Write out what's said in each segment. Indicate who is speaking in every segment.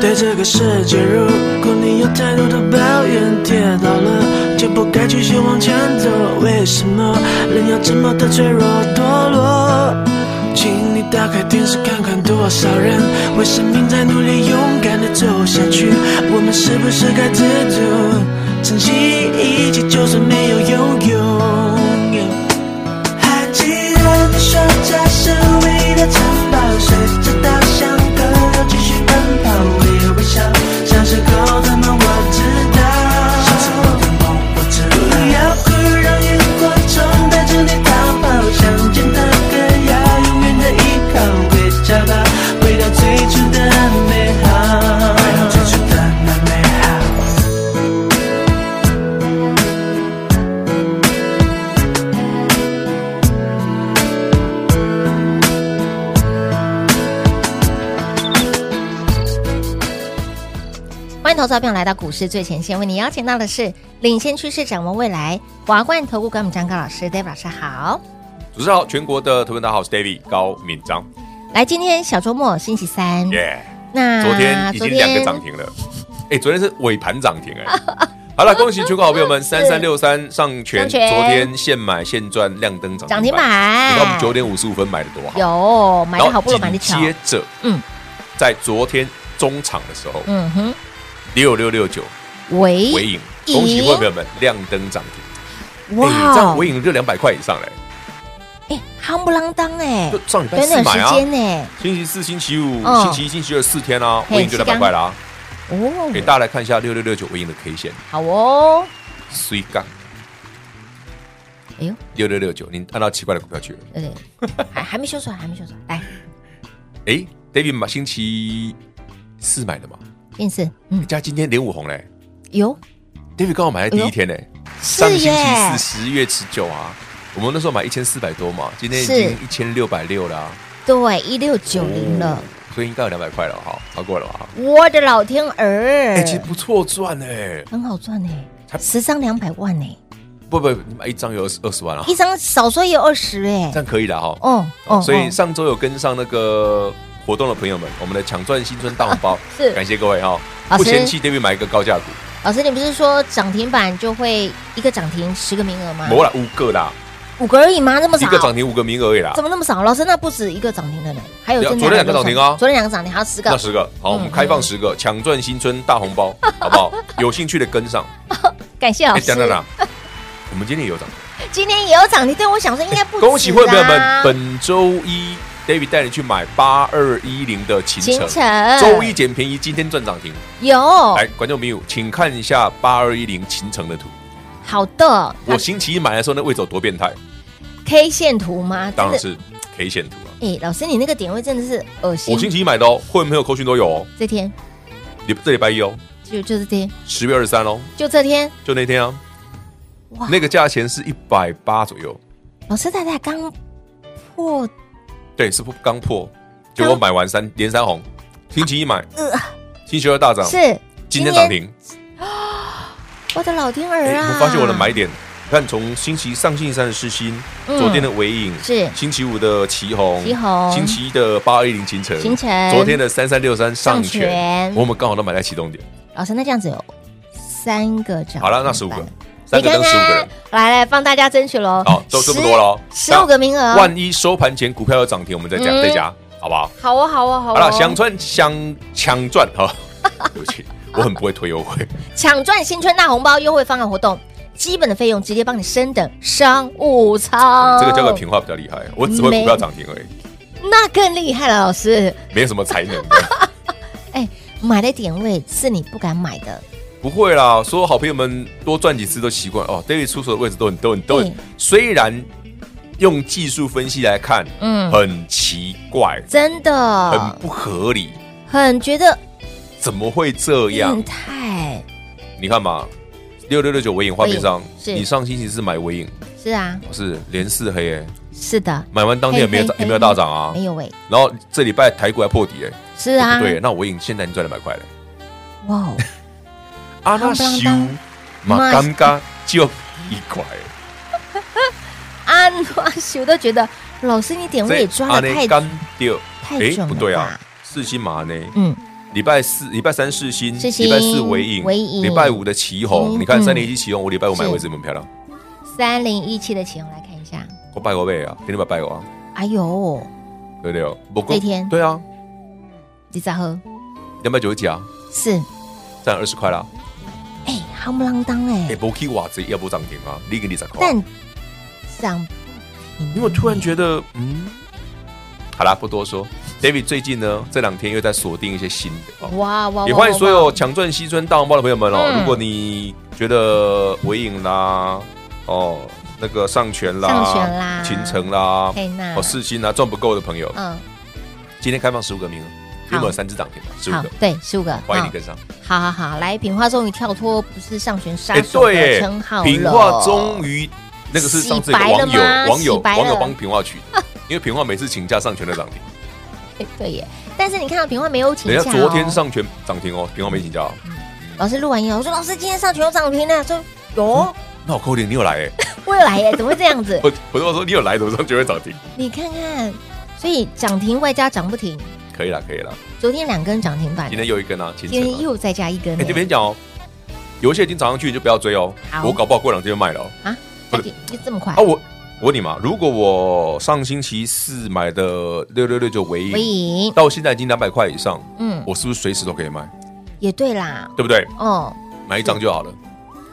Speaker 1: 对这个世界，如果你有太多的抱怨，跌倒了就不该继续往前走。为什么人要这么的脆弱堕落？请你打开电视看看，多少人为生命在努力，勇敢的走下去。我们是不是该知足，珍惜一切，就算没有拥有？还记得你说家是唯一的城堡，随着稻香河流继续奔跑，微微笑，小时候的梦我知道，小时候的梦我知道，不要哭，让萤火虫带着你逃跑，想见他歌谣，永远的依靠，回家吧，回到最初的美好，回到最初的那美好。
Speaker 2: 欢迎投资者朋友来到股市最前线，为你邀请到的是领先趋势、掌握未来华冠投顾管理张高老师，David 老师好。
Speaker 3: 主持人好，全国的投资大家好，我是 David 高敏章。
Speaker 2: 来，今天小周末星期三，
Speaker 3: 耶、
Speaker 2: 那
Speaker 3: 昨天已经两个涨停
Speaker 2: 啊
Speaker 3: 了，哎、昨天是尾盘涨停哎、 好了，恭喜全国好朋 友们，三三六三上权，
Speaker 2: 上权
Speaker 3: 昨天现买现赚，亮灯涨
Speaker 2: 涨停板
Speaker 3: 你看我们九点五十五分买的多好，
Speaker 2: 有买
Speaker 3: 然后
Speaker 2: 的好不如买的巧，
Speaker 3: 紧接着，
Speaker 2: 嗯
Speaker 3: 嗯，在昨天中场的时候，
Speaker 2: 嗯哼，
Speaker 3: 六六六九
Speaker 2: 喂，
Speaker 3: 尾影，
Speaker 2: 咦
Speaker 3: 恭喜各位朋友们亮灯涨停，哎这
Speaker 2: 哇哦
Speaker 3: 样，尾影就两百块以上嘞，
Speaker 2: 哎，夯不啷当哎
Speaker 3: 就，上礼拜
Speaker 2: 短
Speaker 3: 四
Speaker 2: 短
Speaker 3: 买啊
Speaker 2: 时，间呢，
Speaker 3: 星期四、星期五、
Speaker 2: 嗯
Speaker 3: 星期一、星期二四天啊，
Speaker 2: 嘿
Speaker 3: 尾影就两百块啦、啊。给
Speaker 2: 哦，
Speaker 3: 大家来看一下六六六九尾影的 K 线，
Speaker 2: 好哦，
Speaker 3: 水杠
Speaker 2: 哎呦，
Speaker 3: 六六六九，您看到奇怪的股票去了。
Speaker 2: 对对，还还没修出来，还没修出来，来，
Speaker 3: 哎，David 买星期四买的嘛，
Speaker 2: 燕子，嗯
Speaker 3: 人，家今天连五红嘞
Speaker 2: 有
Speaker 3: ，David 刚好买在第一天嘞，
Speaker 2: 哎是
Speaker 3: 上个星
Speaker 2: 耶，
Speaker 3: 期四十月十九啊，我们那时候买一千四百多嘛，今天已
Speaker 2: 是
Speaker 3: 经一千六百六了啊，
Speaker 2: 对，一六九零了
Speaker 3: 哦，，所以应该有两百块了哈，超过了吧？
Speaker 2: 我的老天儿，
Speaker 3: 嗯哎，其实不错赚哎，
Speaker 2: 很好赚呢，
Speaker 3: 才
Speaker 2: 十张两百万呢，
Speaker 3: 不不，你买一张有二十二十万啊
Speaker 2: 一，张少说也有二十哎
Speaker 3: 这，样可以了哈。
Speaker 2: 哦哦，
Speaker 3: 所以
Speaker 2: 哦
Speaker 3: 上周有跟上那个活动的朋友们，我们的抢赚新春大红包，
Speaker 2: 是
Speaker 3: 感谢各位哈、
Speaker 2: 老师
Speaker 3: 不嫌弃 David 买一个高价股，
Speaker 2: 老师，你不是说涨停板就会一个涨停十个名额吗？
Speaker 3: 我啦五个啦，
Speaker 2: 五个而已吗？那哎么少
Speaker 3: 一？个涨停五个名额而已啦
Speaker 2: 怎，么那么少？老师，那不止一个涨停的呢，还有
Speaker 3: 对啊
Speaker 2: 真的
Speaker 3: 昨天两个涨停啊
Speaker 2: 昨天两个涨停，还有十
Speaker 3: 那
Speaker 2: 个。
Speaker 3: 十个好，我
Speaker 2: 嗯
Speaker 3: 们开放十个抢赚新春大红 包，好不好？有兴趣的跟上。哎
Speaker 2: 感谢老师，
Speaker 3: 等等啦，我们今天也有涨，
Speaker 2: 今天也有涨停，对我想说应该不止啊
Speaker 3: 哎恭喜会员朋友们，本周一 David 带你去买八二一零的秦
Speaker 2: 秦哦
Speaker 3: 城。
Speaker 2: 晨
Speaker 3: 周一哎捡便宜，今天赚涨停。
Speaker 2: 有
Speaker 3: 来，观众朋友，请看一下八二一零秦城的图。
Speaker 2: 好的
Speaker 3: 我星期一买的时候，那位走多变态，
Speaker 2: K 线图吗？
Speaker 3: 当然
Speaker 2: 真的。
Speaker 3: 是 K 线图了。
Speaker 2: 哎，老师，你那个点位真的是恶
Speaker 3: 我
Speaker 2: 心。
Speaker 3: 星期一买的哦，会员朋友扣讯都有哦，
Speaker 2: 这天
Speaker 3: 礼这礼拜一哦，
Speaker 2: 就就这天，
Speaker 3: 十月二十三哦，
Speaker 2: 就这天，
Speaker 3: 就那天啊
Speaker 2: 哇，
Speaker 3: 那个价钱是一百八左右，
Speaker 2: 老师太太刚破，
Speaker 3: 对，是不刚破，结果买完三连三红，星期一买，星期二大涨，
Speaker 2: 呃是
Speaker 3: 今天涨。停，
Speaker 2: 我的老天儿
Speaker 3: 哎
Speaker 2: 啊！
Speaker 3: 我发现我的买点，你看从星期上星期三的世新，
Speaker 2: 嗯
Speaker 3: 昨天的尾影
Speaker 2: 是
Speaker 3: 星期五的旗红，
Speaker 2: 旗宏
Speaker 3: 星期一的八一零秦城，
Speaker 2: 秦城
Speaker 3: 昨天的三三六三
Speaker 2: 上
Speaker 3: 上
Speaker 2: 权
Speaker 3: 权，我们刚好都买在启动点。
Speaker 2: 老师，那这样子有三个涨，
Speaker 3: 好了，那十五个，三
Speaker 2: 你
Speaker 3: 个
Speaker 2: 看
Speaker 3: 灯十五个
Speaker 2: 看
Speaker 3: 人，，
Speaker 2: 来来帮大家争取喽。
Speaker 3: 好，都这么多了，哦
Speaker 2: 十五个名额。
Speaker 3: 万一收盘前股票有涨停，我们再讲
Speaker 2: 嗯
Speaker 3: 再加，好不好？
Speaker 2: 好哦，好哦，好
Speaker 3: 好
Speaker 2: 哦。
Speaker 3: 了，想赚想抢赚 哈，对不起，我很不会推优惠，
Speaker 2: 抢赚新春大红包优惠方案活动，基本的费用直接帮你升等商务舱。
Speaker 3: 这个交给平话比较厉害，我只会股票涨停 而已，
Speaker 2: 那更厉害了，老师。
Speaker 3: 没有什么才能的。
Speaker 2: 哎，买的点位是你不敢买的，
Speaker 3: 不会啦，所有好朋友们多赚几次都习惯哦。David 出手的位置都很都很都很
Speaker 2: 对，
Speaker 3: 虽然用技术分析来看，
Speaker 2: 嗯啊
Speaker 3: 很奇怪，
Speaker 2: 真
Speaker 3: 很
Speaker 2: 的
Speaker 3: 不合理，
Speaker 2: 很觉得嗯
Speaker 3: 怎么会这样
Speaker 2: 变？态，
Speaker 3: 你看嘛，六六六九尾影画面上，
Speaker 2: 是
Speaker 3: 你上星期是买尾影，
Speaker 2: 是啊，
Speaker 3: 是连四黑哎，
Speaker 2: 是的，
Speaker 3: 买完当天也没有
Speaker 2: 嘿嘿
Speaker 3: 涨
Speaker 2: 嘿
Speaker 3: 也没有大涨啊，
Speaker 2: 没有喂，
Speaker 3: 然后这礼拜台股还破底哎，
Speaker 2: 是啊，
Speaker 3: 不对，那尾影现在已经赚两百块了，
Speaker 2: 哇 哦，
Speaker 3: 啊那
Speaker 2: 当当
Speaker 3: 修
Speaker 2: 当
Speaker 3: 嘛尴尬就一块。
Speaker 2: 安阿修都觉得老师你点位也抓的
Speaker 3: 这样
Speaker 2: 太
Speaker 3: 安内干掉，
Speaker 2: 太
Speaker 3: 诶
Speaker 2: 准了
Speaker 3: 不对啊
Speaker 2: 吧，
Speaker 3: 四星马呢？
Speaker 2: 嗯，
Speaker 3: 礼拜四、礼拜三世新，
Speaker 2: 世新
Speaker 3: 礼拜四尾影，
Speaker 2: 微影
Speaker 3: 礼拜五的旗红，
Speaker 2: 嗯
Speaker 3: 你看
Speaker 2: 嗯
Speaker 3: 三零一旗红，我礼拜五买
Speaker 2: 是
Speaker 3: 位置很漂亮，
Speaker 2: 三零一七的钱我来看一下，
Speaker 3: 我拜我拜啊，给你们拜我啊，
Speaker 2: 哎呦，
Speaker 3: 对不对？不过
Speaker 2: 那天
Speaker 3: 对啊，
Speaker 2: 你咋喝？
Speaker 3: 两百九十几啊，
Speaker 2: 是，
Speaker 3: 占二十块啦，
Speaker 2: 哎，夯不啷当哎
Speaker 3: 哎，，不去哇，这要不涨停啊，你给你十块，
Speaker 2: 但涨
Speaker 3: 因为我突然觉得，嗯，好啦，不多说，David 最近呢这两天又在锁定一些新的哦。
Speaker 2: 哇哇，
Speaker 3: 也
Speaker 2: 哇
Speaker 3: 欢迎所
Speaker 2: 哇
Speaker 3: 有抢赚西村大红包的朋友们哦。
Speaker 2: 哦嗯
Speaker 3: 如果你觉得尾影啦，哦，那个上权啦，
Speaker 2: 上权啦
Speaker 3: 秦城啦，
Speaker 2: 嘿娜
Speaker 3: 哦，四星啦，赚不够的朋友，
Speaker 2: 嗯，
Speaker 3: 今天开放十五个名额，
Speaker 2: 好
Speaker 3: 原本有三只涨停嘛，十五
Speaker 2: 好
Speaker 3: 个，，
Speaker 2: 对，十五个，
Speaker 3: 欢迎你
Speaker 2: 好
Speaker 3: 跟上。
Speaker 2: 好好好，来，品化终于跳脱不是上旋杀手
Speaker 3: 哎对
Speaker 2: 的
Speaker 3: 耶
Speaker 2: 称号了，
Speaker 3: 平话终于那个是上次有个网
Speaker 2: 洗白了
Speaker 3: 友
Speaker 2: 吗
Speaker 3: 网友
Speaker 2: 洗白了
Speaker 3: 网友帮平话取的，因为平话每次请假上权的涨停，
Speaker 2: 哎对耶，但是你看到品化没有请
Speaker 3: 人
Speaker 2: 假、
Speaker 3: 家
Speaker 2: 哦，
Speaker 3: 昨天上权涨停哦，平话没请假哦，
Speaker 2: 老师录完哦以后，我说老师今天上全有涨停呢，说 有，
Speaker 3: 那我扣零，你有来哎，
Speaker 2: 未来耶，怎么会这样子
Speaker 3: ？我我都说你有来，怎么上权会涨停？
Speaker 2: 你看看，所以涨停外加涨不停，
Speaker 3: 可以啦，可以啦，
Speaker 2: 昨天两根涨停板
Speaker 3: 今，天又一根啊，秦
Speaker 2: 今
Speaker 3: 城啊
Speaker 2: 天。又再加一根
Speaker 3: 哎、
Speaker 2: 呢、
Speaker 3: 这边讲哦，有一些已经涨上去，你就不要追哦。
Speaker 2: 好
Speaker 3: 我搞不好过两天就卖了、哦。
Speaker 2: 啊，
Speaker 3: 不
Speaker 2: 那
Speaker 3: 是
Speaker 2: 就就这么快
Speaker 3: 啊，，我我问你嘛，如果我上星期四买的六六六九唯
Speaker 2: 微
Speaker 3: 一，
Speaker 2: 影，
Speaker 3: 到现在已经两百块以上，
Speaker 2: 嗯，
Speaker 3: 我是不是随时都可以卖？
Speaker 2: 也对啦，
Speaker 3: 对不对？
Speaker 2: 哦，
Speaker 3: 买一张就好了。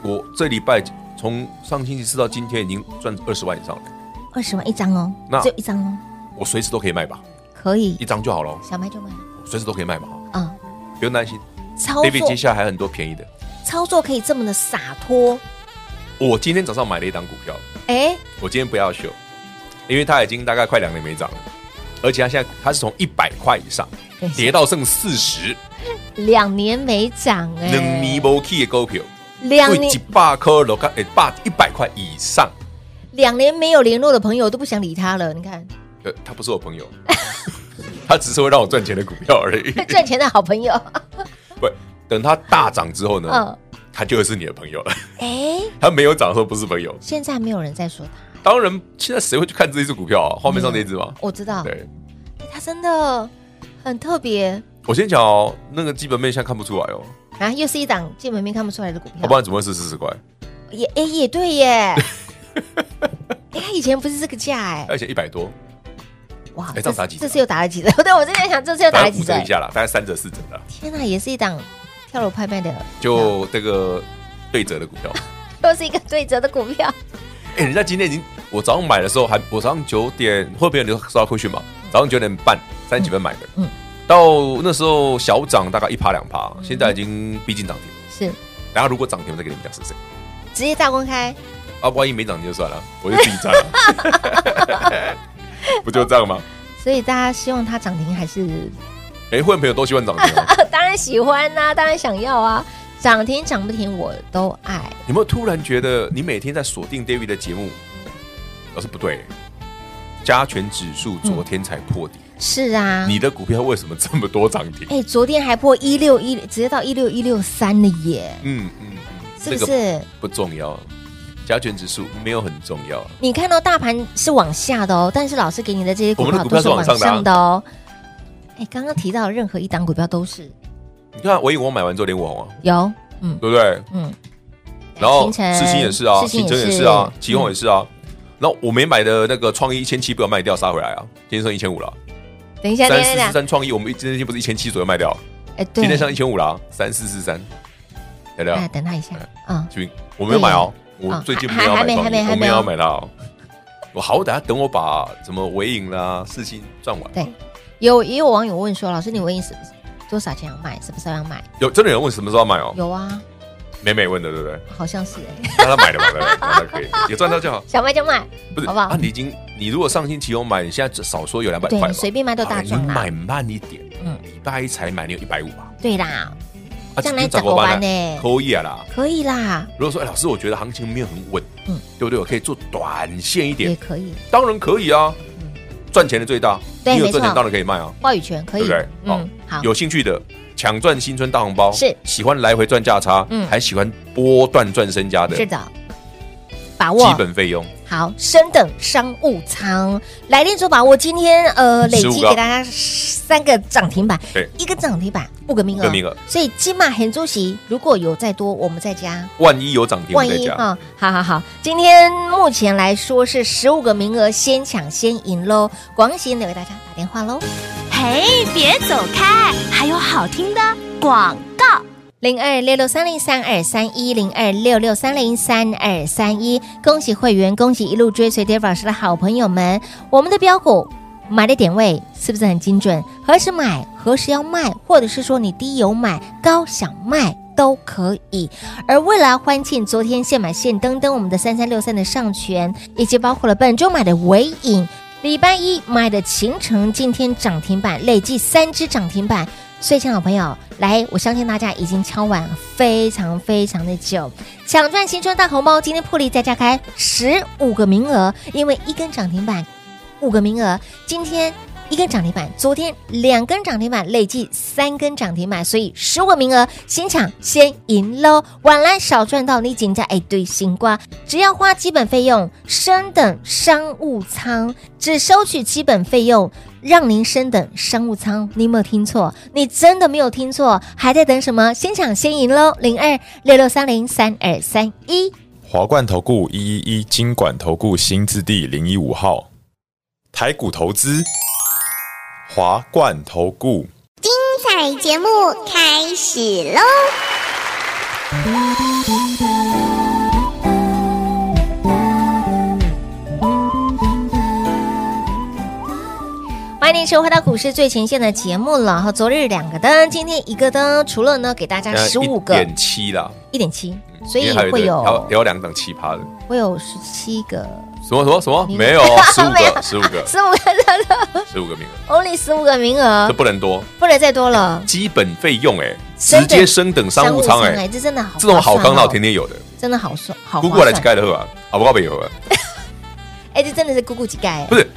Speaker 3: 我这礼拜从上星期四到今天已经赚二十万以上了，
Speaker 2: 二十万一张哦，
Speaker 3: 那
Speaker 2: 只有一张哦，
Speaker 3: 我随时都可以卖吧，
Speaker 2: 可以
Speaker 3: 一，张就好了哦，
Speaker 2: 小麦就买，
Speaker 3: 随时都可以卖吧，
Speaker 2: 嗯，
Speaker 3: 不用担心。
Speaker 2: 操
Speaker 3: David
Speaker 2: 作
Speaker 3: 接下来还有很多便宜的，
Speaker 2: 操作可以这么的洒脱，
Speaker 3: 我今天早上买了一档股票，
Speaker 2: 哎，
Speaker 3: 我今天不要秀，因为它已经大概快两年没涨了，而且它现在它是从一百块以上
Speaker 2: 等一下
Speaker 3: 跌到剩四十，
Speaker 2: 两年没涨哎，
Speaker 3: 能弥补 key 的股票，
Speaker 2: 两
Speaker 3: 对一
Speaker 2: 年
Speaker 3: 百块落到诶百哎一百块以上，
Speaker 2: 两年没有联络的朋友都不想理他了，你看
Speaker 3: 呃，他不是我 朋友，他只是会让我赚钱的股票而已。
Speaker 2: 赚钱的好朋 友，
Speaker 3: 不，等它大涨之后呢
Speaker 2: 嗯，
Speaker 3: 它就会是你的朋友了。
Speaker 2: 哎，
Speaker 3: 它没有涨的时候不是朋友。
Speaker 2: 现在没有人在说他，
Speaker 3: 当然，现在谁会去看这一只股票啊？画面上这一只吗？
Speaker 2: 我知道，哎
Speaker 3: 对，
Speaker 2: 他真的很特别
Speaker 3: 我先讲哦，那个基本面现在看不出来哦，
Speaker 2: 啊，又是一档基本面看不出来的股
Speaker 3: 要不
Speaker 2: 票，
Speaker 3: 然怎么会是四十块？
Speaker 2: 也哎、也对耶， 哎、他以前不是这个价哎、
Speaker 3: 而且一百多，
Speaker 2: 哇，
Speaker 3: 哎这样打几折
Speaker 2: 这次又打了几折？ 对，我正在想这次又打
Speaker 3: 大
Speaker 2: 了
Speaker 3: 概
Speaker 2: 几
Speaker 3: 五
Speaker 2: 折
Speaker 3: 折？一下啦，大概三折四折啦，
Speaker 2: 天哪、也是一档跳楼拍卖的，
Speaker 3: 就
Speaker 2: 嗯
Speaker 3: 这个对折的股票。
Speaker 2: 又是一个对折的股票，
Speaker 3: 哎，人家今天已经，我早上买的时候还，我早上九点，会不会有人收到快讯嘛？早上九点半三十几分买的，
Speaker 2: 嗯
Speaker 3: 嗯，到那时候小涨大概一趴两趴，现在已经逼近涨停了。
Speaker 2: 是
Speaker 3: 然后如果涨停，我再给你们讲是谁。
Speaker 2: 直接大公开，
Speaker 3: 啊，万一没涨就算了，我就自己赚了， 不就这样吗？
Speaker 2: 所以大家希望它涨停还是
Speaker 3: 哎、会员朋友都喜欢涨停、哦，
Speaker 2: 当然喜欢呐、当然想要啊，涨停涨不停我都爱。
Speaker 3: 有没有突然觉得你每天在锁定 David 的节目，老师不对？加权指数昨天才破底，
Speaker 2: 是啊，
Speaker 3: 你的股票为什么这么多涨停？
Speaker 2: 哎、昨天还破一六一，直接到一六一六三了耶，
Speaker 3: 嗯嗯嗯，
Speaker 2: 是不
Speaker 3: 这
Speaker 2: 是？
Speaker 3: 个不重要，加权指数没有很重要。
Speaker 2: 你看到大盘是往下的哦，但是老师给你的这些股
Speaker 3: 我们
Speaker 2: 票
Speaker 3: 的股
Speaker 2: 都
Speaker 3: 票
Speaker 2: 是
Speaker 3: 是
Speaker 2: 往
Speaker 3: 往上的啊
Speaker 2: 上的哦。哎、刚刚提到任何一档股票都是
Speaker 3: 你看，唯一我买完之后连我红啊，
Speaker 2: 有，嗯
Speaker 3: 对不对？
Speaker 2: 嗯，
Speaker 3: 然后
Speaker 2: 秦城
Speaker 3: 世新也是啊，
Speaker 2: 世新
Speaker 3: 新
Speaker 2: 也
Speaker 3: 城也
Speaker 2: 是嗯
Speaker 3: 是啊，奇宏也是啊。然后我没买的那个创意一千七不要卖掉，杀回来啊，今天剩一千五了啊。
Speaker 2: 等一下，等
Speaker 3: 三
Speaker 2: 一下，等
Speaker 3: 四四
Speaker 2: 一下，
Speaker 3: 三创意，我们今天不是一千七左右卖掉，
Speaker 2: 哎、
Speaker 3: 今天上
Speaker 2: 对，
Speaker 3: 一啊千五啦，三四四三，对不
Speaker 2: 哎，
Speaker 3: 对？
Speaker 2: 等他一下，嗯，
Speaker 3: 去，我没有买哦，我
Speaker 2: 嗯
Speaker 3: 最近
Speaker 2: 还
Speaker 3: 没有
Speaker 2: 还
Speaker 3: 买
Speaker 2: 没
Speaker 3: 创
Speaker 2: 还没哦
Speaker 3: 意，
Speaker 2: 还
Speaker 3: 我
Speaker 2: 没
Speaker 3: 没
Speaker 2: 有
Speaker 3: 有买到。我好歹等我把什么尾影啦、四星赚完。
Speaker 2: 对，有也有网友问说，老师你唯一是多少钱要卖，什么时候要卖？
Speaker 3: 有真的有人问什么时候要买哦？
Speaker 2: 有啊，
Speaker 3: 美美问的，对不对？
Speaker 2: 好像是哎，
Speaker 3: 那他买了嘛，对不对？那可以，有赚到就好。
Speaker 2: 想卖就卖，
Speaker 3: 不是，
Speaker 2: 好不好
Speaker 3: 啊，你已经，你如果上星期有买，你现在只少说有两百
Speaker 2: 对
Speaker 3: 块嘛，
Speaker 2: 你随便卖都大
Speaker 3: 啊你
Speaker 2: 赚啦
Speaker 3: 买慢一点，
Speaker 2: 嗯
Speaker 3: 礼拜一才买，你有一百五吧？
Speaker 2: 对啦，
Speaker 3: 啊
Speaker 2: 这样来
Speaker 3: 你怎
Speaker 2: 找
Speaker 3: 么
Speaker 2: 我
Speaker 3: 办
Speaker 2: 玩
Speaker 3: 呢？
Speaker 2: 呢？
Speaker 3: 可以啊啦。
Speaker 2: 可以啦，
Speaker 3: 如果说，哎，老师，我觉得行情没有很稳，
Speaker 2: 嗯
Speaker 3: 嗯，对不对？我可以做短线一
Speaker 2: 也
Speaker 3: 点，
Speaker 2: 可以，
Speaker 3: 当然可以啊
Speaker 2: 嗯，
Speaker 3: 赚钱的最大，
Speaker 2: 对
Speaker 3: 你有
Speaker 2: 没
Speaker 3: 赚钱
Speaker 2: 错
Speaker 3: 当然可以卖啊。
Speaker 2: 话语权可
Speaker 3: 对
Speaker 2: 以
Speaker 3: 不对，？
Speaker 2: 嗯，好，
Speaker 3: 有兴趣的抢赚新春大红包，
Speaker 2: 是
Speaker 3: 喜欢来回赚价差，
Speaker 2: 嗯
Speaker 3: 还喜欢波段赚身家的，
Speaker 2: 是的，把握
Speaker 3: 基本费用
Speaker 2: 好，升等商务舱来电做把握，今天呃累
Speaker 3: 15
Speaker 2: 计
Speaker 3: 个
Speaker 2: 给大家三个涨停板
Speaker 3: 对，
Speaker 2: 一个涨停板，五个名
Speaker 3: 五
Speaker 2: 额，
Speaker 3: 个名额
Speaker 2: 所以金马很主席如果有再多，我们再加。
Speaker 3: 万一有涨停，我
Speaker 2: 万
Speaker 3: 们再
Speaker 2: 一
Speaker 3: 加。
Speaker 2: 啊、好好好，今天目前来说是十五个名额，先抢先赢喽！广喜留给大家打电话喽。
Speaker 4: 嘿，别走开，还有好听的广告。
Speaker 2: 零二六六三零三二三一零二六六三零三二三一，恭喜会员，恭喜一路追随 d a v i 老师的好朋友们。我们的标股买的点位是不是很精准？何时买，何时要卖，或者是说你低有买，高想卖都可以。而未来欢庆昨天现买现登登我们的三三六三的上权，以及包括了本周买的尾影。礼拜一买的秦城今天涨停板，累计三只涨停板，所以，亲爱的朋友，来，我相信大家已经敲碗非常非常的久，抢赚新春大红包，今天破例再加开十五个名额，因为一根涨停板，五个名额，今天。一根涨停板，昨天两根涨停板，累计三根涨停板，所以十五个名额，先抢先赢喽！晚来少赚到你紧加哎对新瓜，只要花基本费用升等商务舱，只收取基本费用，让您升等商务舱。你有没有听错？你真的没有听错，还在等什么？先抢先赢喽！零二六六三零三二三一。
Speaker 5: 华冠投顾一一一金管投顾新字第零一五号，台股投资，华冠投顾。
Speaker 6: 彩节目开始喽！
Speaker 2: 欢迎您收回到股市最前线的节目了。哈，昨日两个灯，今天一个灯，除了呢给大家十五个
Speaker 3: 呃点七啦，
Speaker 2: 一点七，所以
Speaker 3: 因为还一个
Speaker 2: 会
Speaker 3: 调
Speaker 2: 有
Speaker 3: 调两档奇葩的，
Speaker 2: 会有十七个，
Speaker 3: 什么什么什么
Speaker 2: 你
Speaker 3: 没有啊十五个，十五个，
Speaker 2: 十五个
Speaker 3: 十五个名额，
Speaker 2: ，only 十五个名
Speaker 3: 这
Speaker 2: 额，
Speaker 3: 不能多，
Speaker 2: 不能再多了。
Speaker 3: 基本费用哎，
Speaker 2: 升
Speaker 3: 直
Speaker 2: 等
Speaker 3: 接升等商务舱哎，
Speaker 2: 这真的好划算哦，
Speaker 3: 这种好康到天天有的，
Speaker 2: 真的好算，好
Speaker 3: 姑
Speaker 2: 划
Speaker 3: 姑来
Speaker 2: 算
Speaker 3: 几。盖的喝啊，好不好？有啊，
Speaker 2: 哎，这真的是咕咕鸡盖，
Speaker 3: 不是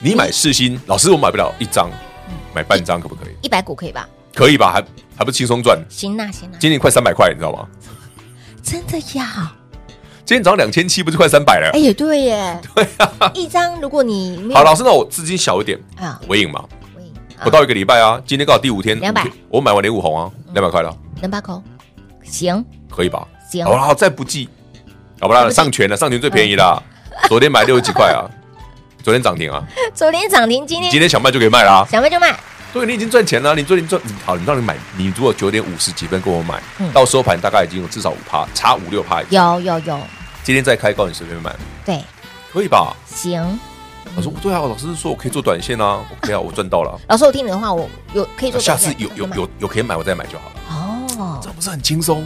Speaker 3: 你买世新，老师我买不了一张，
Speaker 2: 嗯
Speaker 3: 买半张可不可以？
Speaker 2: 一百股可以吧？
Speaker 3: 可以吧？还还不轻松赚？
Speaker 2: 行啦，行啦，
Speaker 3: 今年快三百块，你知道吗？
Speaker 2: 真的呀？
Speaker 3: 今天早上两千七，不是快三百了
Speaker 2: 哎？也对 耶，一张如果你没有
Speaker 3: 啊好，老师，那我资金小一点，
Speaker 2: 啊，
Speaker 3: 我赢嘛，
Speaker 2: 我也
Speaker 3: 不到一个礼拜啊，今天刚好第五天，
Speaker 2: 200
Speaker 3: 五天我买完连五红啊，
Speaker 2: 嗯
Speaker 3: 两百块了，
Speaker 2: 能把口，行
Speaker 3: 可以吧？
Speaker 2: 行，
Speaker 3: 好啦，再不济，好不啦，上权了，上权最便宜啦，
Speaker 2: 嗯
Speaker 3: 昨天买六十几块啊，昨天涨停啊，
Speaker 2: 昨天涨停，今
Speaker 3: 你今
Speaker 2: 天
Speaker 3: 天想卖就可以卖啦。
Speaker 2: 想卖就卖，
Speaker 3: 对，你已经赚钱了，你最近赚，你好，你让你买，你如果九点五十几分跟我买
Speaker 2: 嗯，
Speaker 3: 到收盘大概已经有至少五趴，差五六趴，
Speaker 2: 有有有，
Speaker 3: 今天再开高，你随便买，
Speaker 2: 对，
Speaker 3: 可以吧？
Speaker 2: 行。嗯
Speaker 3: 我说对啊，老师说我可以做短线啊，OK 啊，我赚到了。
Speaker 2: 老师，我听你的话，我有可以做嗯
Speaker 3: 啊下
Speaker 2: 短
Speaker 3: 次
Speaker 2: 线。可以
Speaker 3: 有有
Speaker 2: 吗
Speaker 3: 有有可以买，我再买就好了，
Speaker 2: 哦
Speaker 3: 这，不是很轻松？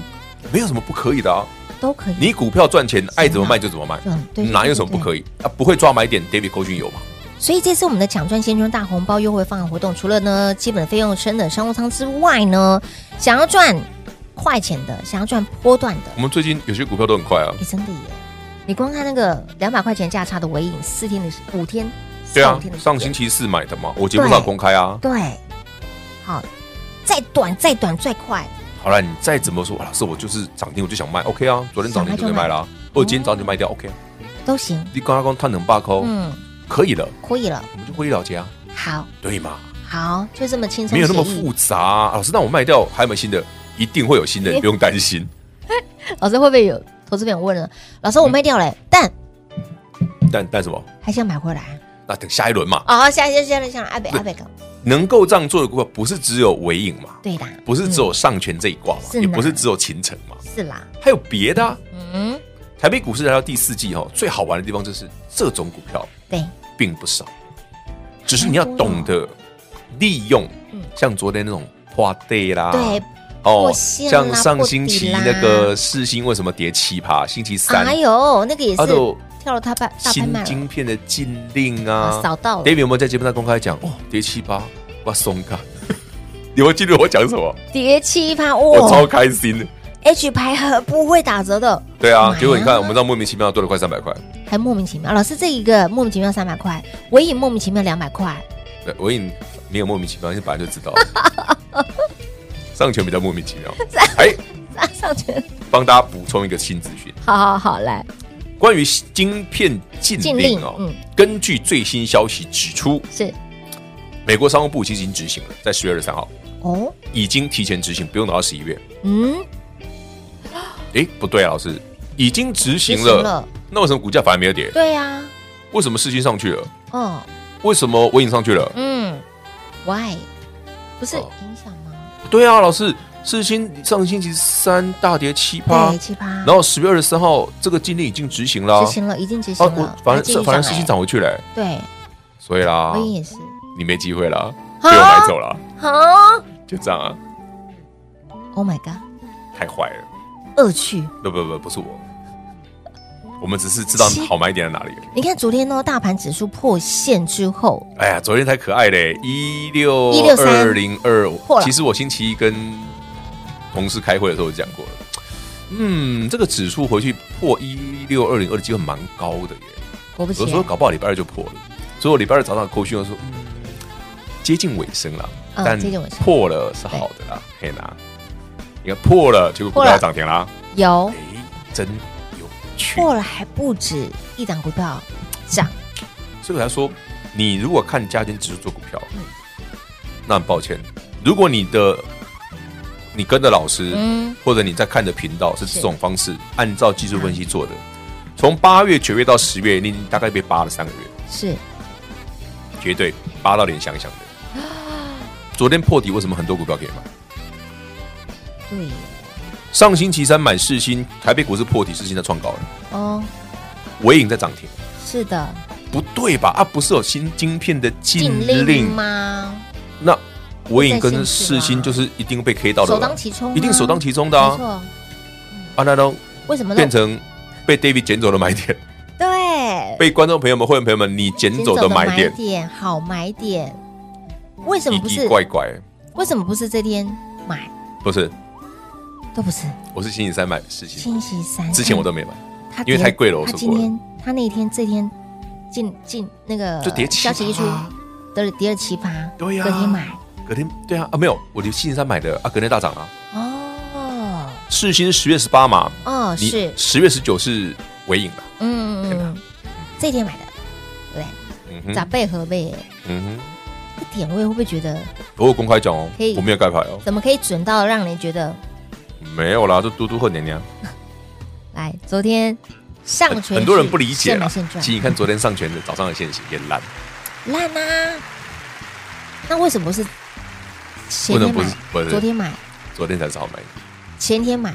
Speaker 3: 没有什么不可以的啊！
Speaker 2: 都可以。
Speaker 3: 你股票赚钱，爱怎么卖就怎么卖
Speaker 2: 嗯对，
Speaker 3: 哪有什么不可以？啊，不会抓买点，David 扣讯有嘛？
Speaker 2: 所以这次我们的抢赚新春大红包优惠方案活动，除了呢基本费用升等商务舱之外呢，想要赚快钱的，想要赚波段的，
Speaker 3: 我们最近有些股票都很快啊，
Speaker 2: 哎，真的耶！你光看那个两百块钱价差的尾影，四天的时五天，
Speaker 3: 对啊
Speaker 2: 四五天的时间，
Speaker 3: 上星期四买的嘛，我节目上
Speaker 2: 对
Speaker 3: 公开啊。
Speaker 2: 对，好，再短再短再快，
Speaker 3: 好了，你再怎么说，哇老师我就是涨停我就想卖，OK 啊，昨天涨停就可以卖啦，
Speaker 2: 嗯
Speaker 3: 或者今天早上就卖掉，OK 啊。
Speaker 2: 都行，
Speaker 3: 你刚刚探冷霸扣，
Speaker 2: 嗯，
Speaker 3: 可以了，
Speaker 2: 可以了，
Speaker 3: 我们就会议了结啊，
Speaker 2: 好，
Speaker 3: 对嘛？
Speaker 2: 嗯好，就这么轻松，
Speaker 3: 没有那么复。杂啊。老师，那我卖掉还有没有新的？一定会有新
Speaker 2: 哎
Speaker 3: 的，你不用担心。
Speaker 2: 老师会不会有投资朋友问了？老师，我卖掉了，
Speaker 3: 嗯
Speaker 2: 但
Speaker 3: 但但什么？
Speaker 2: 还是要买回来。
Speaker 3: 那等下一轮嘛。
Speaker 2: 哦，下下下下来，阿北阿北哥，
Speaker 3: 能够这样做的股票，不是只有尾影嘛，
Speaker 2: 对啦，
Speaker 3: 不是只有上权这一卦嘛，
Speaker 2: 嗯是
Speaker 3: 也
Speaker 2: 呢
Speaker 3: 不是只有秦城嘛，
Speaker 2: 是啦，
Speaker 3: 还有别的、啊。
Speaker 2: 嗯，
Speaker 3: 台北股市来到第四季哈、哦，最好玩的地方就是这种股票
Speaker 2: 对，
Speaker 3: 并不少，只是你要懂得利用
Speaker 2: 嗯，
Speaker 3: 像昨天那种花 day 啦，
Speaker 2: 对
Speaker 3: 哦
Speaker 2: 破，线啦
Speaker 3: 像上星期
Speaker 2: 破底啦
Speaker 3: 那个世星为什么跌七趴？星期三啊
Speaker 2: 哎呦，那个也是
Speaker 3: 它的
Speaker 2: 跳了他半大拍
Speaker 3: 新
Speaker 2: 卖了，
Speaker 3: 晶片的禁令
Speaker 2: 啊
Speaker 3: 啊，
Speaker 2: 扫到了
Speaker 3: David 有没有在节目上公开讲？哦，跌七趴，哇松卡， 你会记得我讲什么？
Speaker 2: 跌七趴，
Speaker 3: 我超
Speaker 2: 哇
Speaker 3: 开心的。
Speaker 2: ，H 牌很不会打折的，
Speaker 3: 对
Speaker 2: 买
Speaker 3: 啊，
Speaker 2: 啊
Speaker 3: 结果你看，我们让莫名其妙多了快三百块。
Speaker 2: 还莫名其妙。老师，这一个莫名其妙三百块，尾影莫名其妙两百块，
Speaker 3: 对，我已经没有莫名其妙，因为本来就知道。 上权比较莫名其 妙。哎，
Speaker 2: 啊上去，
Speaker 3: 帮大家补充一个新资讯，
Speaker 2: 好好好，来，
Speaker 3: 关于晶片禁
Speaker 2: 禁令
Speaker 3: 令哦。
Speaker 2: 嗯
Speaker 3: 根据最新消息指出，
Speaker 2: 是
Speaker 3: 美国商务部其实已经执行了，在十月二十三号
Speaker 2: 哦，
Speaker 3: 已经提前执行，不用等到十一月。
Speaker 2: 嗯，
Speaker 3: 哎，不对啊，老师，已经执行
Speaker 2: 执行
Speaker 3: 了，
Speaker 2: 了
Speaker 3: 那为什么股价反而没有跌？
Speaker 2: 对啊呀、
Speaker 3: 为什么世金上去了？
Speaker 2: 哦，
Speaker 3: 为什么微影上去了？
Speaker 2: 嗯，Why？不是
Speaker 3: 哦
Speaker 2: 影响吗？
Speaker 3: 对啊，老师，世新上星期三大跌七趴
Speaker 2: 对，，七趴，
Speaker 3: 然后十月二十三号这个禁令已经执行了啊。
Speaker 2: 执行了，已经执
Speaker 3: 啊
Speaker 2: 行，了，
Speaker 3: 我反
Speaker 2: 还继续
Speaker 3: 正反正世
Speaker 2: 上
Speaker 3: 新啊
Speaker 2: 来
Speaker 3: 涨回去了，
Speaker 2: 对，
Speaker 3: 所以啦
Speaker 2: 尾，影也是，
Speaker 3: 你没机会啦，被
Speaker 2: 啊
Speaker 3: 我买走了，
Speaker 2: 好
Speaker 3: 就这样啊，
Speaker 2: ，Oh my god，
Speaker 3: 太坏了。
Speaker 2: 恶趣。
Speaker 3: 不不不，不是我，我们只是知道好买点在哪里而已。
Speaker 2: 你看昨天呢，大盘指数破线之后，
Speaker 3: 哎呀，昨天才可爱嘞，一六二零二
Speaker 2: 破了
Speaker 3: 其实我星期一跟同事开会的时候讲过了，嗯，这个指数回去破一六二零二的机会蛮高的耶。
Speaker 2: 果不其
Speaker 3: 有时候
Speaker 2: 然，
Speaker 3: 搞不好礼拜二就破了，所以我礼拜二早上扣讯我说，嗯，接近尾声了，
Speaker 2: 嗯
Speaker 3: 但
Speaker 2: 接近尾声
Speaker 3: 破了是好的啦，可以拿。你看破了，结果股
Speaker 2: 破
Speaker 3: 票
Speaker 2: 了
Speaker 3: 涨停啦，
Speaker 2: 有
Speaker 3: 哎，真有趣。
Speaker 2: 破了还不止一档股票涨，
Speaker 3: 所以我才说，你如果看加权指数做股票，
Speaker 2: 嗯
Speaker 3: 那很抱歉，如果你的你跟着老师，
Speaker 2: 嗯
Speaker 3: 或者你在看的频道是这种方式，按照技术分
Speaker 2: 嗯
Speaker 3: 析做的，从八月、九月到十月，你已经大概被扒了三个月。
Speaker 2: 是
Speaker 3: 绝对扒到脸想想的。昨天破底，为什么很多股票可以买？
Speaker 2: 对耶
Speaker 3: 上星期三买世新，台北股市破底，世新在创高了，
Speaker 2: 哦，
Speaker 3: 尾影在涨停，
Speaker 2: 是的，
Speaker 3: 不对吧？啊，不是有新晶片的禁
Speaker 2: 禁
Speaker 3: 令
Speaker 2: 令吗？
Speaker 3: 那尾影
Speaker 2: 不
Speaker 3: 跟
Speaker 2: 在限制
Speaker 3: 世
Speaker 2: 啦
Speaker 3: 新就是一定被 K 到的
Speaker 2: 首
Speaker 3: 吧，
Speaker 2: 当其冲啊，
Speaker 3: 一定首当其冲的
Speaker 2: 没
Speaker 3: 啊！
Speaker 2: 错，
Speaker 3: 啊，那都
Speaker 2: 为什么
Speaker 3: 变
Speaker 2: 呢？
Speaker 3: 成被 David 捡走的买点，
Speaker 2: 对，
Speaker 3: 被观众朋友们、会员朋友们你捡走的买点，
Speaker 2: 好买点，为什么
Speaker 3: 奇
Speaker 2: 不
Speaker 3: 奇
Speaker 2: 是？
Speaker 3: 怪怪，
Speaker 2: 为什么不是这天买？
Speaker 3: 不是？
Speaker 2: 都不是
Speaker 3: 我是星期三买世新，
Speaker 2: 星期三嗯
Speaker 3: 之前我都没买，
Speaker 2: 他
Speaker 3: 因为
Speaker 2: 跌
Speaker 3: 太贵了我
Speaker 2: 他
Speaker 3: 说
Speaker 2: 今
Speaker 3: 过了
Speaker 2: 天他那一天这天进进那个
Speaker 3: 就跌七
Speaker 2: 消息一出
Speaker 3: 趴，
Speaker 2: 得了跌了七趴，
Speaker 3: 对呀
Speaker 2: 隔天买
Speaker 3: 隔天对啊啊没有，我就星期三买的啊，隔天大涨啊。
Speaker 2: 哦
Speaker 3: 世新十月十八嘛，
Speaker 2: 哦
Speaker 3: 你
Speaker 2: 是
Speaker 3: 十月十九是尾影吧？
Speaker 2: 嗯嗯
Speaker 3: 天哪
Speaker 2: 嗯，这天买的对
Speaker 3: 嗯
Speaker 2: 不对？咋
Speaker 3: 哼，
Speaker 2: 背合背？
Speaker 3: 嗯
Speaker 2: 这点位会不会觉得
Speaker 3: 哼，不过公开讲哦
Speaker 2: 可以，
Speaker 3: 我没有盖牌哦，
Speaker 2: 怎么可以准到让你觉得？
Speaker 3: 没有啦，就嘟嘟和娘娘，
Speaker 2: 来，昨天上
Speaker 3: 很
Speaker 2: 权
Speaker 3: 很多人不理解啊
Speaker 2: 啦
Speaker 3: 啦。，其实
Speaker 2: 现
Speaker 3: 你看昨天上权的早上的现形也烂，
Speaker 2: 烂啊！那为什么不是前
Speaker 3: 不能
Speaker 2: 天
Speaker 3: 不
Speaker 2: 买
Speaker 3: 是？不是
Speaker 2: 昨天买，
Speaker 3: 昨天才是好买，
Speaker 2: 前天买。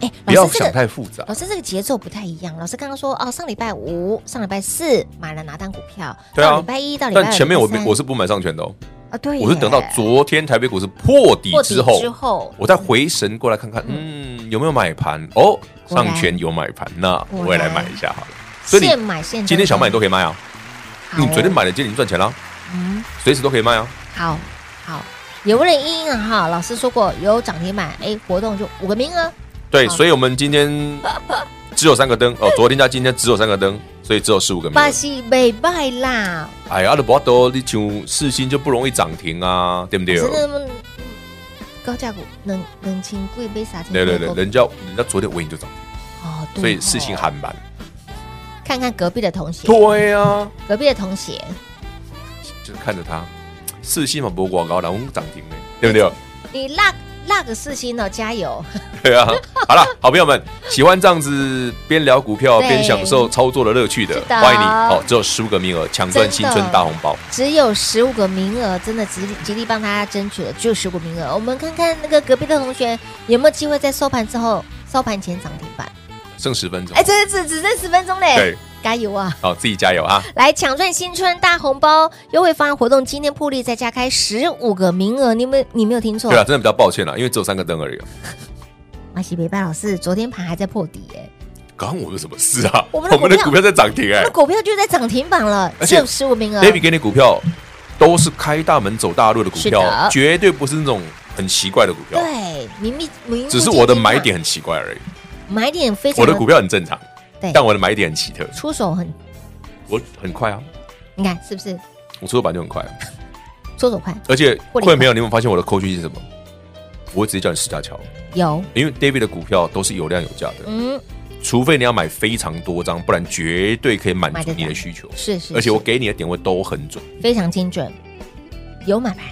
Speaker 2: 哎，
Speaker 3: 不
Speaker 2: 老
Speaker 3: 要
Speaker 2: 师这
Speaker 3: 想
Speaker 2: 个
Speaker 3: 太复杂
Speaker 2: 老。师这个节奏不太一样。老师刚刚说哦，上礼拜五、上礼拜四买了哪档股票？
Speaker 3: 对啊
Speaker 2: 到礼拜一到礼拜二，
Speaker 3: 但前面我
Speaker 2: 礼拜
Speaker 3: 没
Speaker 2: 三
Speaker 3: 我是不买上权的哦，
Speaker 2: 啊，对耶，
Speaker 3: 我是等到昨天台北股市破底
Speaker 2: 破底
Speaker 3: 之后，
Speaker 2: 之后，
Speaker 3: 我再回神过来看看，嗯，有没有买盘？哦，
Speaker 2: 果然
Speaker 3: 上权有买盘，那
Speaker 2: 果然
Speaker 3: 我也来买一下好了。所以你
Speaker 2: 现买现哦
Speaker 3: 今天想卖你
Speaker 2: 可
Speaker 3: 都可以卖啊，
Speaker 2: 以
Speaker 3: 你昨天买的今天已经赚钱了啊，
Speaker 2: 嗯，
Speaker 3: 随时都可以卖啊。
Speaker 2: 好好。也不能阴啊哈，老师说过有涨停板，哎，活动就五个名额，
Speaker 3: 对，
Speaker 2: 好
Speaker 3: 所以我们今天只有三 个灯哦，昨天加今天只有三个灯，所以只有十五个名
Speaker 2: 巴
Speaker 3: 额。
Speaker 2: 西北拜啦，
Speaker 3: 哎呀，阿德伯多，你像四星就不容易涨停啊，对不对？
Speaker 2: 真的那么高价股能能轻贵被撒钱，
Speaker 3: 对对对，人家人家昨天尾影就涨停，
Speaker 2: 哦，嗯对
Speaker 3: 所以
Speaker 2: 哦
Speaker 3: 四星喊板。
Speaker 2: 看看隔壁的同学，
Speaker 3: 对呀，
Speaker 2: 隔壁的同学
Speaker 3: 就是看着它，四星嘛不广告，然后涨停呢，对不对？
Speaker 2: 你那那个四星哦，加油！
Speaker 3: 对啊，好了，好朋友们，喜欢这样子边聊股票
Speaker 2: 对
Speaker 3: 边享受操作的乐趣的
Speaker 2: 是，的
Speaker 3: 欢迎你哦！只有十五个名额，抢赚新春大红包。
Speaker 2: 只有十五个名额，真的极力极力帮大家争取了，只有十五名额。我们看看那个隔壁的同学有没有机会在收盘之后，收盘前涨停板？哎
Speaker 3: 剩十分钟
Speaker 2: 哎，，这只只剩十分钟嘞，
Speaker 3: 对，
Speaker 2: 加油啊！
Speaker 3: 好，自己加油啊！
Speaker 2: 来抢赚新春大红包优惠方案活动，今天破例再加开十五个名额，你们你没有听错
Speaker 3: 对，啊了，真的比较抱歉了，因为只有三个灯而已啊。
Speaker 2: 马西北拜老师昨天盘还在破底耶、
Speaker 3: 关我有什么事啊？
Speaker 2: 我们的股票
Speaker 3: 股票在涨停哎
Speaker 2: 那股票就在涨停板了，
Speaker 3: 而
Speaker 2: 只
Speaker 3: 且
Speaker 2: 有十五名额。
Speaker 3: ，David 给你股票都是开大门走大路的股
Speaker 2: 是的
Speaker 3: 票，绝对不是那种很奇怪的股票，
Speaker 2: 对，明明明目
Speaker 3: 只是我的
Speaker 2: 见
Speaker 3: 买
Speaker 2: 嘛
Speaker 3: 点很奇怪而已。
Speaker 2: 买点非常
Speaker 3: 我的股票很正常，
Speaker 2: 对
Speaker 3: 但我的买点很奇特，
Speaker 2: 出手很，
Speaker 3: 我很快啊，
Speaker 2: 你看是不是
Speaker 3: 我出手板就很快啊，
Speaker 2: 出手快？
Speaker 3: 而且
Speaker 2: 获利
Speaker 3: 会员朋友，你有没有发现我的口讯是什么？我会直接叫你试价桥，
Speaker 2: 有，
Speaker 3: 因为 David 的股票都是有量有价的，
Speaker 2: 嗯，
Speaker 3: 除非你要买非常多张，不然绝对可以满
Speaker 2: 买
Speaker 3: 足
Speaker 2: 得
Speaker 3: 你的
Speaker 2: 到
Speaker 3: 需求。
Speaker 2: 是是，
Speaker 3: 而且
Speaker 2: 是
Speaker 3: 我给你的点位都很准，
Speaker 2: 非常精准，有买盘，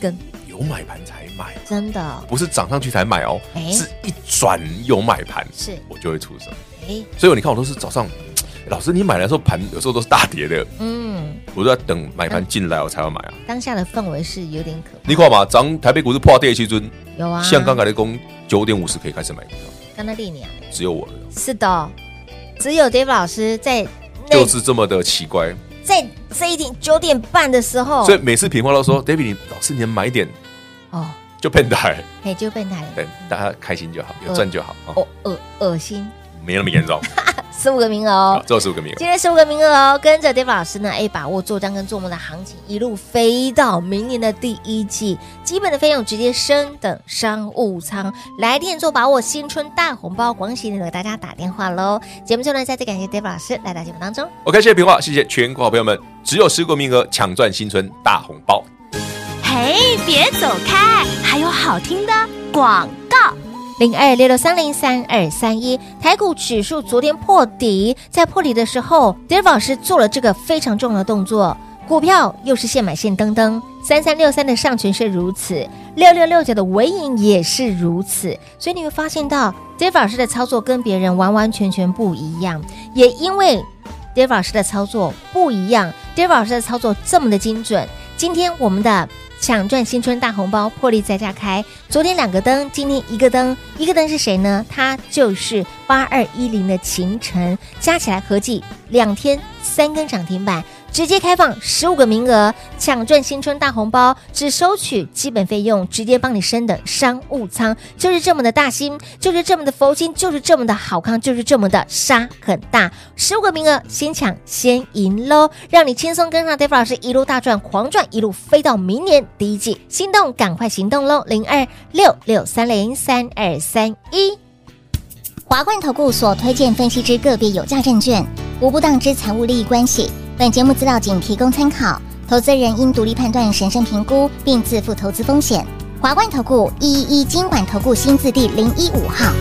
Speaker 2: 跟
Speaker 3: 有买盘才买，
Speaker 2: 真的
Speaker 3: 不是涨上去才买哦，
Speaker 2: 哎
Speaker 3: 是一转有买盘，
Speaker 2: 是
Speaker 3: 我就会出手。
Speaker 2: 哎，
Speaker 3: 所以你看，我都是早上，老师你买来的时候盘有时候都是大跌的，
Speaker 2: 嗯，
Speaker 3: 我都要等买盘进来我才要买啊。
Speaker 2: 当下的氛围是有点可怕，
Speaker 3: 你看嘛，涨台北股市破跌的时阵，
Speaker 2: 有啊，
Speaker 3: 像刚才的工九点五十可以开始买股票，
Speaker 2: 刚才丽啊，
Speaker 3: 只有我了，
Speaker 2: 是的，只有 Dave 老师在那
Speaker 3: 就是这么的奇怪。
Speaker 2: 在这一点九点半的时候
Speaker 3: 所，以每次平话都说，David，你老师你的买点
Speaker 2: 哦，
Speaker 3: 就骗台，
Speaker 2: 哎，就被他
Speaker 3: 对，大家开心就好，有赚就好啊，
Speaker 2: 哦恶恶心，
Speaker 3: 没那么严重。
Speaker 2: 十五个名额哦
Speaker 3: 好，。最后十五个名额，
Speaker 2: 今天十五个名额哦，跟着 David 老师呢，哎，把握做账跟做梦的行情，一路飞到明年的第一季，基本的费用直接升等商务舱，来电做把握新春大红包，恭喜你给大家打电话喽！节目最后呢，再次感谢 David 老师来到节目当中。
Speaker 3: OK，谢谢平话，谢谢全国好朋友们，只有十个名额，抢赚新春大红包。
Speaker 4: 嘿，别走开，还有好听的广告。
Speaker 2: 零二六六三零三二三一，台股指数昨天破底，在破底的时候 d a v 老师做了这个非常重要的动作，股票又是现买现登登，三三六三的上权是如此，六六六九的尾影也是如此，所以你会发现到 d a v 老师的操作跟别人完完全全不一样，也因为 d a v 老师的操作不一样 d a v 老师的操作这么的精准，今天我们的抢赚新春大红包，破例再加开。昨天两个灯，今天一个灯，一个灯是谁呢？它就是八二一零的秦晨，加起来合计两天三根涨停板，直接开放十五个名额，抢赚新春大红包，只收取基本费用，直接帮你升的商务舱，就是这么的大心，就是这么的佛心，就是这么的好康，就是这么的杀很大，十五个名额先抢先赢喽，让你轻松跟上 Dave 老师一路大赚狂赚，一路飞到明年第一季，心动赶快行动喽！零二六六三零三二三一。
Speaker 6: 华冠投顾所推荐分析之个别有价证券，无不当之财务利益关系。本节目资料仅提供参考，投资人应独立判断、审慎评估，并自负投资风险。华冠投顾一一一金管投顾新字第零一五号。